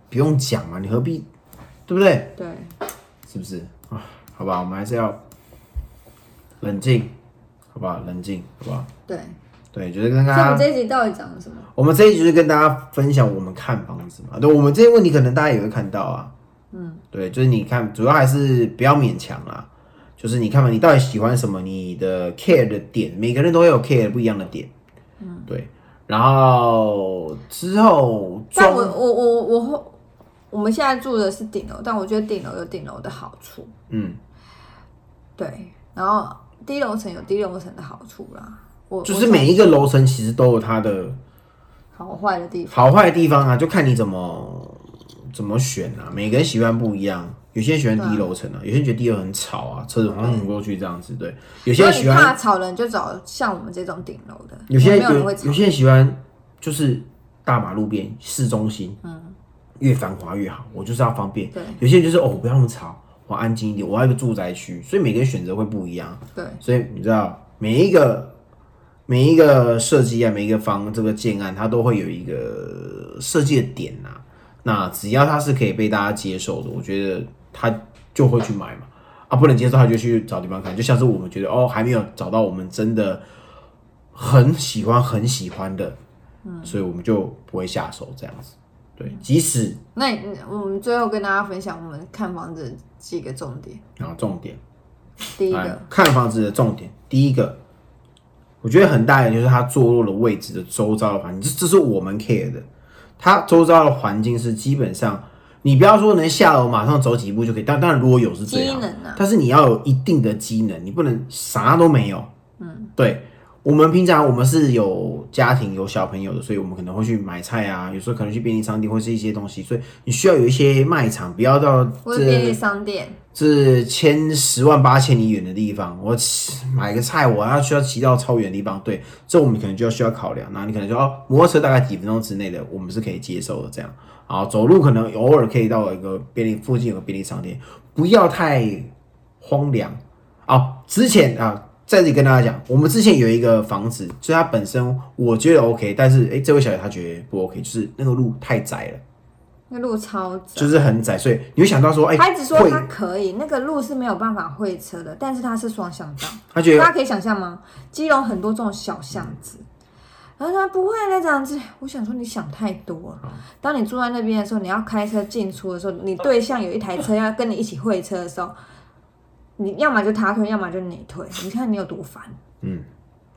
A: 不用讲嘛，你何必，对不对？
B: 对，
A: 是不是啊？好吧，我们还是要冷静，好不好？冷静，好不好？
B: 对，
A: 对，啊就是跟
B: 所
A: 大
B: 以我们
A: 家，
B: 这一集到底讲了什么？
A: 我们这一集就是跟大家分享我们看房子嘛。对，我们这些问题可能大家也会看到啊。嗯，对，就是你看，主要还是不要勉强啦。就是你看嘛，你到底喜欢什么？你的 care 的点，每个人都会有 care 不一样的点。嗯，对。然后之后
B: 但
A: 装
B: 我我我我后，我们现在住的是顶楼，但我觉得顶楼有顶楼的好处，
A: 嗯，
B: 对，然后低楼层有低楼层的好处啦。我
A: 就是
B: 我
A: 每一个楼层其实都有它的
B: 好坏的地方，
A: 好坏的地方啊，就看你怎么怎么选啊。每个人喜欢不一样，有些人喜欢低楼层啊，有些人觉得低楼很吵啊，车子轰轰过去这样子，对。有
B: 有
A: 些人喜
B: 怕
A: 欢，
B: 吵人，就找像我们这种顶楼的，
A: 有些
B: 没
A: 人
B: 有人
A: 有
B: 会吵
A: 有。些人喜欢就是大马路边市中心，嗯，越繁华越好，我就是要方便。
B: 对
A: 有些人就是哦，我不要那么吵，我安静一点，我要一个住宅区，所以每个人选择会不一样。
B: 对，
A: 所以你知道每一个每一个设计啊，每一个方这个建案，它都会有一个设计的点呐、那只要它是可以被大家接受的，我觉得他就会去买嘛。啊，不能接受他就去找地方看，就像是我们觉得哦，还没有找到我们真的很喜欢很喜欢的，嗯，所以我们就不会下手这样子。对，即使
B: 那你我们最后跟大家分享我们看房子几个重点。
A: 啊，重点。
B: 第一
A: 哎
B: 个，
A: 看房子的重点，第一个，我觉得很大的就是它坐落的位置的周遭的环境，这这是我们 care 的。它周遭的环境是基本上，你不要说能下楼马上走几步就可以，但当然如果有是最好
B: 机
A: 的，
B: 能啊
A: 但是你要有一定的机能，你不能啥都没有。嗯，对。我们平常我们是有家庭有小朋友的，所以我们可能会去买菜啊，有时候可能去便利商店或是一些东西，所以你需要有一些卖场，不要到
B: 或
A: 这
B: 者便利商店，
A: 是千十万八千里远的地方，我骑买个菜，我要需要骑到超远的地方，对，这我们可能就要需要考量。然后你可能说，哦，摩托车大概几分钟之内的，我们是可以接受的，这样。啊，走路可能偶尔可以到一个便利附近有个便利商店，不要太荒凉。哦，之前啊，在这里跟大家讲，我们之前有一个房子，就它本身我觉得 OK，但是诶，这位小姐她觉得不 OK，就是那个路太窄了，
B: 那路超窄。
A: 就是很窄，所以你会想到说，哎、
B: 他一直说
A: 会
B: 他可以，那个路是没有办法会车的，但是它是双向道。
A: 她觉得
B: 大家可以想象吗？基隆很多这种小巷子，然后他不会啊那这样子。我想说你想太多了。当你住在那边的时候，你要开车进出的时候，你对象有一台车要跟你一起会车的时候，你要么就他推，要么就你推。你看你有多烦。
A: 嗯，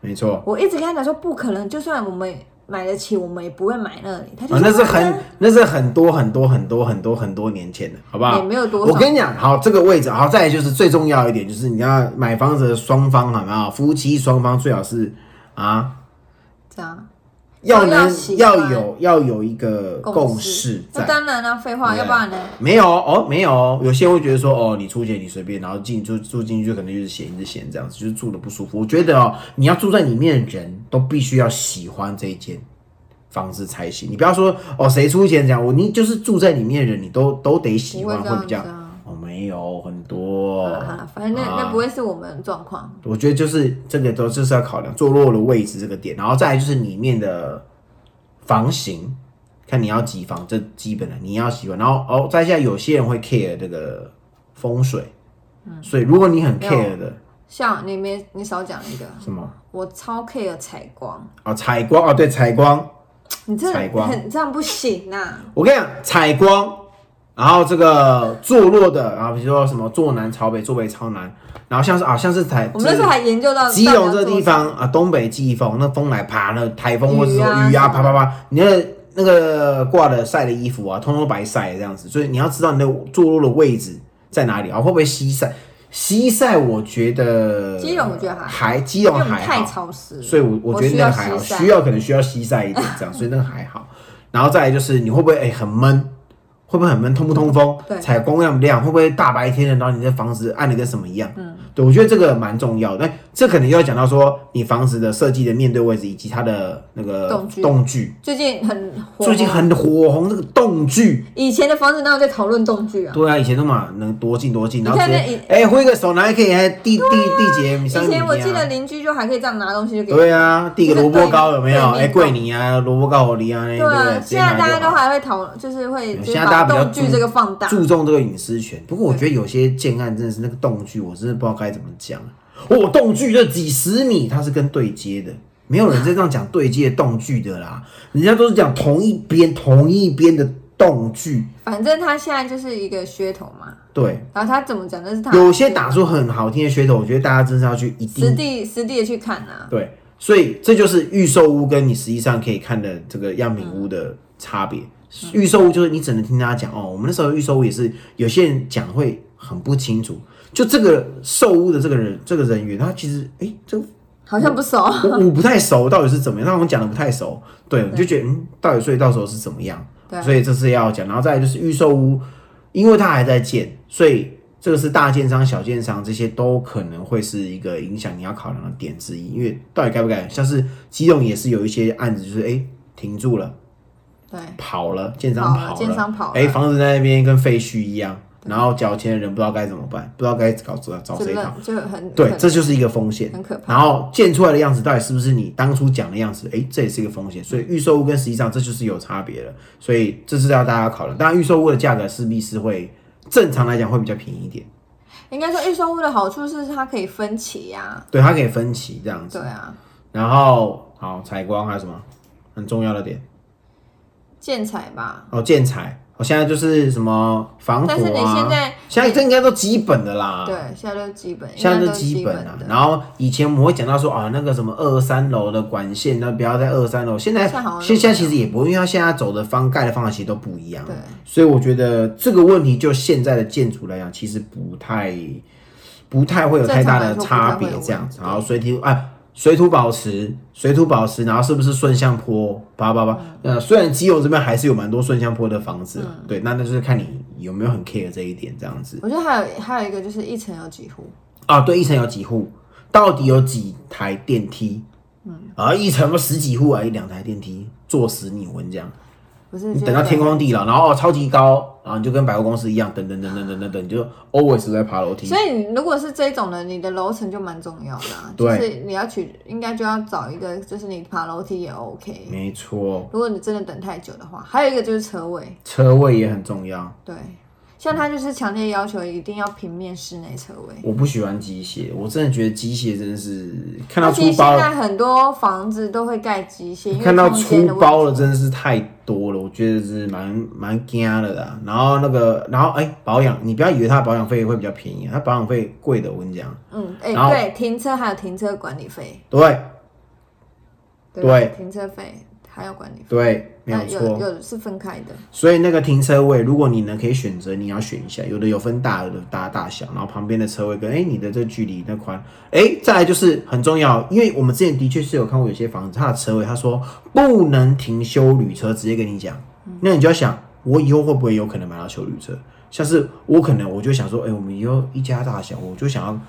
A: 没错，
B: 我一直跟他讲说不可能，就算我们买得起，我们也不会买那里。他就
A: 啊，
B: 说
A: 那是很
B: 啊
A: 那是很多很多很多很多很多年前的，好不好？
B: 也没有多少
A: 我跟你讲，好，这个位置好，再来就是最重要一点，就是你要买房子的双方，好不好？夫妻双方最好是啊，
B: 这样
A: 要
B: 哦都要
A: 能
B: 喜
A: 要
B: 欢
A: 有要有一个共
B: 识
A: 识。
B: 那
A: 在。
B: 当然了、废话，
A: 对
B: 要不然呢？
A: 没有哦，没有哦。有些人会觉得说，哦，你出钱你随便，然后进住住进去可能就是闲着闲这样子，就是住的不舒服。我觉得哦，你要住在里面的人都必须要喜欢这一间房子才行。你不要说哦，谁出钱这样，我你就是住在里面的人，你都都得哎喜欢，
B: 不
A: 会
B: 会这样
A: 比较
B: 子啊。
A: 哦，没有很多
B: 好，了好了，反正那、
A: 啊
B: 那不会是我们的状况。
A: 我觉得就是这个都就是要考量坐落的位置这个点，然后再来就是里面的房型，看你要几房，这基本的你要喜欢。然后哦，再下来有些人会 care 这个风水，所以如果你很
B: 嗯没有
A: care 的
B: 像你没你少讲一个，
A: 什么
B: 我超 care 采光，
A: 啊、采光哦，对采光，
B: 你这
A: 采光
B: 很这样不行啊呐、
A: 我跟你讲采光，然后这个坐落的，然后比如说什么坐南朝北，坐北朝南，然后像是啊像是采，
B: 我们那时候还研究到
A: 基隆这
B: 到底要做
A: 地方啊，东北季风，那风来啪，那台风或者
B: 雨啊
A: 说雨啊，
B: 什么
A: 啪
B: 的
A: 啪啪，你那个那个挂的晒的衣服啊，通通白晒这样子，所以你要知道你的坐落的位置在哪里啊，会不会西晒？西晒我觉得
B: 基隆我觉得还好
A: 还基
B: 因
A: 隆
B: 为我们
A: 还
B: 太
A: 好，
B: 潮湿了，
A: 所以我我觉得那个还好，
B: 我需要西晒
A: 需要可能需要西晒一点这样，所以那个还好。然后再来就是你会不会哎、很闷？会不会很闷？通不通风？
B: 对
A: 采光亮不亮？会不会大白天的，然后你的房子暗的跟什么一样？嗯，对，我觉得这个蛮重要的。哎，这可能又要讲到说你房子的设计的面对位置以及它的那个
B: 动距最近很火红
A: 最近很火红这个动距。
B: 以前的房子哪有在讨论动距啊？
A: 对啊，以前都嘛能多近多近，然后直
B: 你看
A: 接哎、挥个手，然后还可以还递递递节米
B: 以
A: 三米
B: 前我
A: 啊
B: 记得邻居就还可以这样拿东西就给
A: 对啊，递个萝卜糕有没有？
B: 对
A: 哎，桂林啊，萝卜糕我梨啊，那对不
B: 啊
A: 对？，直接
B: 现
A: 拿
B: 在大
A: 就
B: 家都
A: 好。
B: 还会讨，就是会就
A: 现
B: 是
A: 在大家
B: 把
A: 比较
B: 动距
A: 注
B: 这个放大，
A: 注重这个隐私权，不过我觉得有些建案真的是那个动距，我真的不知道该怎么讲。哦，动距这几十米，它是跟对接的，没有人在这样讲对接的动距的啦，人家都是讲同一边同一边的动距。
B: 反正他现在就是一个噱头嘛。
A: 对，
B: 然后他怎么讲，那是他
A: 有些打出很好听的噱头，我觉得大家真是要去一定
B: 实地实地的去看啊。
A: 对，所以这就是预售屋跟你实际上可以看的这个样品屋的差别。预售屋就是你只能听大家讲哦，我们那时候预售屋也是有些人讲会很不清楚，就这个售屋的这个人这个人员，他其实诶，这
B: 好像不熟，
A: 我我不太熟，到底是怎么样？那我们讲的不太熟，对，我就觉得嗯，到底所以到时候是怎么样？
B: 对
A: 所以这是要讲，然后再来就是预售屋，因为它还在建，所以这个是大建商、小建商这些都可能会是一个影响你要考量的点之一，因为到底该不该？像是基隆也是有一些案子，就是哎、停住了，
B: 对，
A: 跑了，建商
B: 跑了
A: 跑了，
B: 建商跑了
A: 哎、房子在那边跟废墟一样，然后缴钱的人不知道该怎么办，不知道该搞找找
B: 就
A: 谁讨。
B: 很就很
A: 对，
B: 很
A: 这就是一个风险，
B: 很可怕
A: 然后建出来的样子到底是不是你当初讲的样子？诶，这也是一个风险。所以预售屋跟实际上这就是有差别了，所以这是要大家考量。当然，预售屋的价格势必是会正常来讲会比较便宜一点，
B: 应该说预售屋的好处是它可以分期呀、
A: 对，它可以分期这样
B: 对
A: 子。
B: 啊，
A: 然后好，采光还啊有什么很重要的点？
B: 建材吧。
A: 哦，建材。我、哦、现在就是什么防火啊，
B: 但是你现在
A: 现在这应该都基本的啦。
B: 对，现在都是基本，
A: 啊现在
B: 应该
A: 都
B: 都是
A: 基
B: 基
A: 本
B: 本
A: 啊
B: 的，。
A: 然后以前我们会讲到说啊，那个什么二三楼的管线，那不要在二三楼。现在
B: 现在好像
A: 现现在
B: 都没
A: 其
B: 有
A: 实也不会，因为它现在走的方盖的方法其实都不一样。
B: 对，
A: 所以我觉得这个问题就现在的建筑来讲，其实不太不太会有太大的差别这样子。
B: 正常来说不太会有
A: 然后水土
B: 问题
A: 啊，水土保持，水土保持，然后是不是顺向坡？叭叭叭。
B: 嗯
A: 呃，虽然基隆这边还是有蛮多顺向坡的房子啊，对，那那就是看你有没有很 care 这一点这样子。
B: 我觉得还有还有一个就是一层有几户，
A: 啊，对，一层有几户？到底有几台电梯？嗯，啊，一层不十几户啊，一两台电梯，坐死你！我跟你讲，
B: 不是
A: 你
B: 就
A: 等
B: 是
A: 到天荒地老，然后哦超级高，然后你就跟百货公司一样，等等等等等等等，你就 always 在爬楼梯
B: 所。以你如果是这种的，你的楼层就蛮重要的、啊，就
A: 对
B: 是你要取，应该就要找一个，就是你爬楼梯也 OK。
A: 没错，
B: 如果你真的等太久的话，还有一个就是车位，
A: 车位也很重要。
B: 对，像他就是强烈要求一定要平面室内车位。
A: 我不喜欢机械，我真的觉得机械真的是看到
B: 那其
A: 出
B: 实
A: 包
B: 现
A: 了，
B: 在很多房子都会盖机械，因为
A: 看到
B: 空间
A: 出
B: 的问题
A: 包了，真的是太多了，我觉得是蛮蛮惊的啦。然后那个，然后哎、保养，你不要以为它的保养费会比较便宜，它保养费贵的，我跟你讲。
B: 嗯，哎、
A: 然后
B: 对，停车还有停车管理费，
A: 对，
B: 对吧
A: 对
B: 停车费，还要管理费，
A: 对，没
B: 那
A: 有
B: 啊有
A: 错。
B: 有是分开的，
A: 所以那个停车位，如果你呢可以选择，你要选一下，有的有分大，有的大大小，然后旁边的车位跟哎、你的这距离那宽，哎、再来就是很重要，因为我们之前的确是有看过有些房子，它的车位他说不能停修旅车，直接跟你讲，
B: 嗯
A: 那你就要想，我以后会不会有可能买到修旅车？像是我可能我就想说，哎、我们以后一家大小，我就想要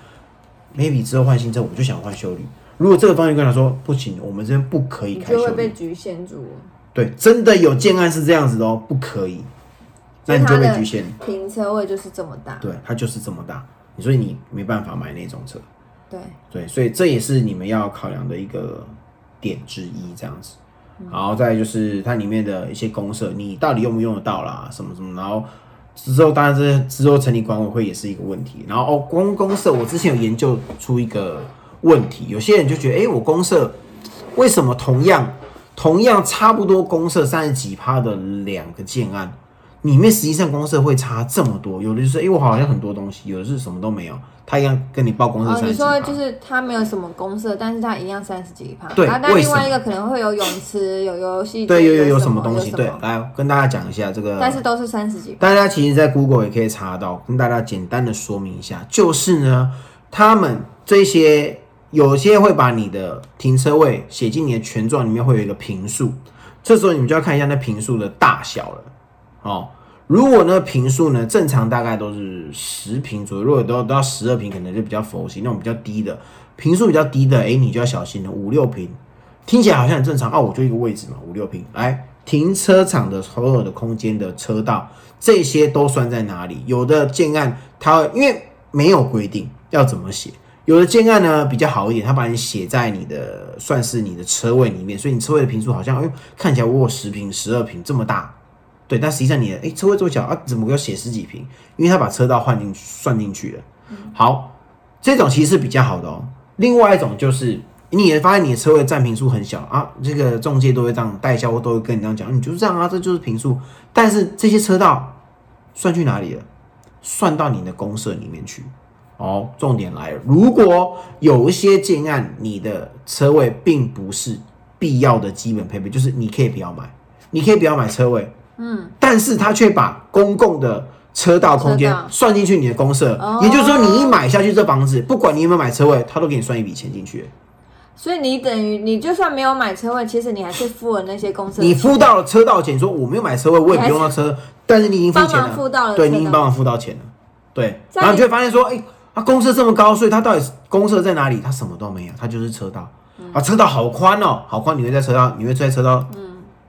A: maybe 之后换新车，我就想换修旅。如果这个方面跟他说不行，我们这边不可以
B: 你
A: 开修
B: 就会
A: 旅，
B: 被局限住。
A: 对，真的有建案是这样子的哦，不可以，那你就被局限。
B: 停车位就是这么大，
A: 对，它就是这么大，所以你没办法买那种车。
B: 对，
A: 对，所以这也是你们要考量的一个点之一，这样子。
B: 嗯
A: 然后再就是它里面的一些公社，你到底用不用得到啦，什么什么，然后之后当然这之后成立管委会也是一个问题。然后哦，公公社我之前有研究出一个问题，有些人就觉得，哎，我公社为什么同样同样差不多公社三十几趴的两个建案，里面实际上公社会差这么多？有的就是，哎，我好像很多东西，有的是什么都没有，他一样跟你报公社
B: 哦，
A: 三
B: 你
A: 十几
B: 说
A: 趴。
B: 就是它没有什么公社，但是它一样三十几趴。
A: 对
B: 然后但
A: 为
B: 另外
A: 什
B: 一个可能会有泳池、有游戏机，
A: 对，有
B: 有
A: 有有
B: 什
A: 什么东西？
B: 有
A: 对
B: 什，么
A: 来跟大家讲一下这个。
B: 但是都是三十几。
A: 大家其实，在 Google 也可以查到，跟大家简单的说明一下，就是呢，他们这些有些会把你的停车位写进你的权状里面，会有一个平数，这时候你们就要看一下那平数的大小了。哦，如果呢平数呢正常大概都是十平左右，如果都到十二平，可能就比较佛系，那种比较低的平数比较低的，哎、你就要小心了，五六平。听起来好像很正常啊，我就一个位置嘛，五六平。来，停车场的所有的空间的车道，这些都算在哪里？有的建案它因为没有规定要怎么写，有的建案呢比较好一点，它把你写在你的算是你的车位里面，所以你车位的平数好像哎呦看起来我有十平、十二平这么大，对，但实际上你的哎车位这么小啊，怎么要写十几平？因为它把车道换进去算进去了。好，这种其实是比较好的哦。另外一种就是你也发现你的车位占平数很小啊，这个中介都会这样，代销都会跟你这样讲，你就是这样啊，这就是平数。但是这些车道算去哪里了？算到你的公社里面去。哦，重点来了，如果有一些建案，你的车位并不是必要的基本配备，就是你可以不要买，你可以不要买车位，嗯，但是他却把公共的车道空间
B: 车道
A: 算进去你的公社，
B: 哦
A: 也就是说，你一买下去这房子，不管你有没有买车位，他都给你算一笔钱进去。
B: 所以你等于你就算没有买车位，其实你还是付了那些公社的
A: 你
B: 钱。
A: 付到了车道钱，说我没有买车位，我也不用到车，但是你已经付钱
B: 帮
A: 了，
B: 忙付到了
A: 对
B: 车道
A: 你已经帮忙付到钱了，对。
B: 在
A: 然后你就会发现说，哎、它公社这么高，所以它到底是公社在哪里？它什么都没有，它就是车道。
B: 嗯
A: 啊，车道好宽哦，好宽！你会在车道，你会在车道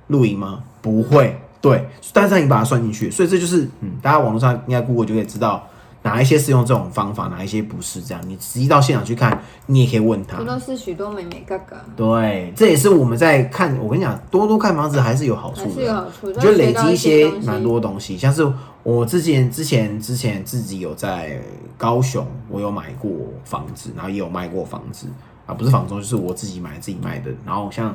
A: 露营吗？不会，对。但是你把它算进去，所以这就是，嗯，大家网络上应该 Google 就可以知道哪一些是用这种方法，哪一些不是这样。你实际到现场去看，你也可以问他。
B: 这都是许多美美嘎嘎，
A: 对，这也是我们在看。我跟你讲，多多看房子还是有好处
B: 还
A: 的，
B: 是有好处，
A: 就累积
B: 一
A: 一些
B: 东西
A: 蛮多东西，像是我之前之前之前自己有在高雄，我有买过房子，然后也有卖过房子啊，不是房东，就是我自己买自己卖的。然后像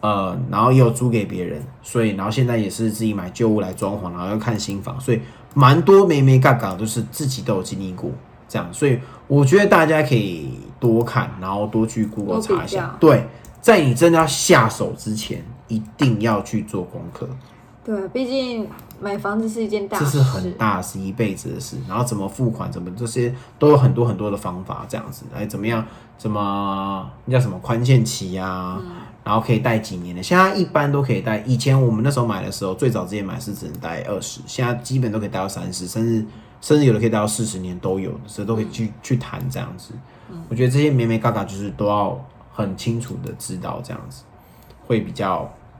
A: 呃，然后也有租给别人，所以然后现在也是自己买旧屋来装潢，然后要看新房，所以蛮多没没嘎嘎都是自己都有经历过这样，所以我觉得大家可以多看，然后多去 Google
B: 多比
A: 查一下
B: 较，
A: 对，在你真的要下手之前，一定要去做功课。
B: 对，毕竟买房子是一件大
A: 这
B: 事，
A: 是很大的事，一辈子的事。然后怎么付款，怎么这些都有很多很多的方法，这样子，哎，怎么样，怎么那叫什么宽限期啊，
B: 嗯
A: 然后可以贷几年的，现在一般都可以贷。以前我们那时候买的时候，最早之前买是只能贷二十，现在基本都可以贷到三十，甚至甚至有的可以贷到四十年都有，所以都可以去、
B: 嗯
A: 去谈这样子。我觉得这些咩咩嘎嘎就是都要很清楚的知道这样子，会比较